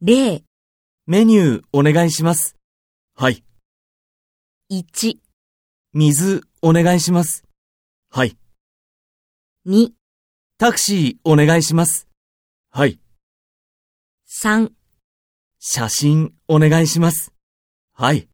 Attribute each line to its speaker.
Speaker 1: 例
Speaker 2: メニューお願いします。はい。
Speaker 1: 1、
Speaker 2: 水お願いします。はい。
Speaker 1: 2、
Speaker 2: タクシーお願いします。はい。
Speaker 1: 3
Speaker 2: 写真お願いします。はい。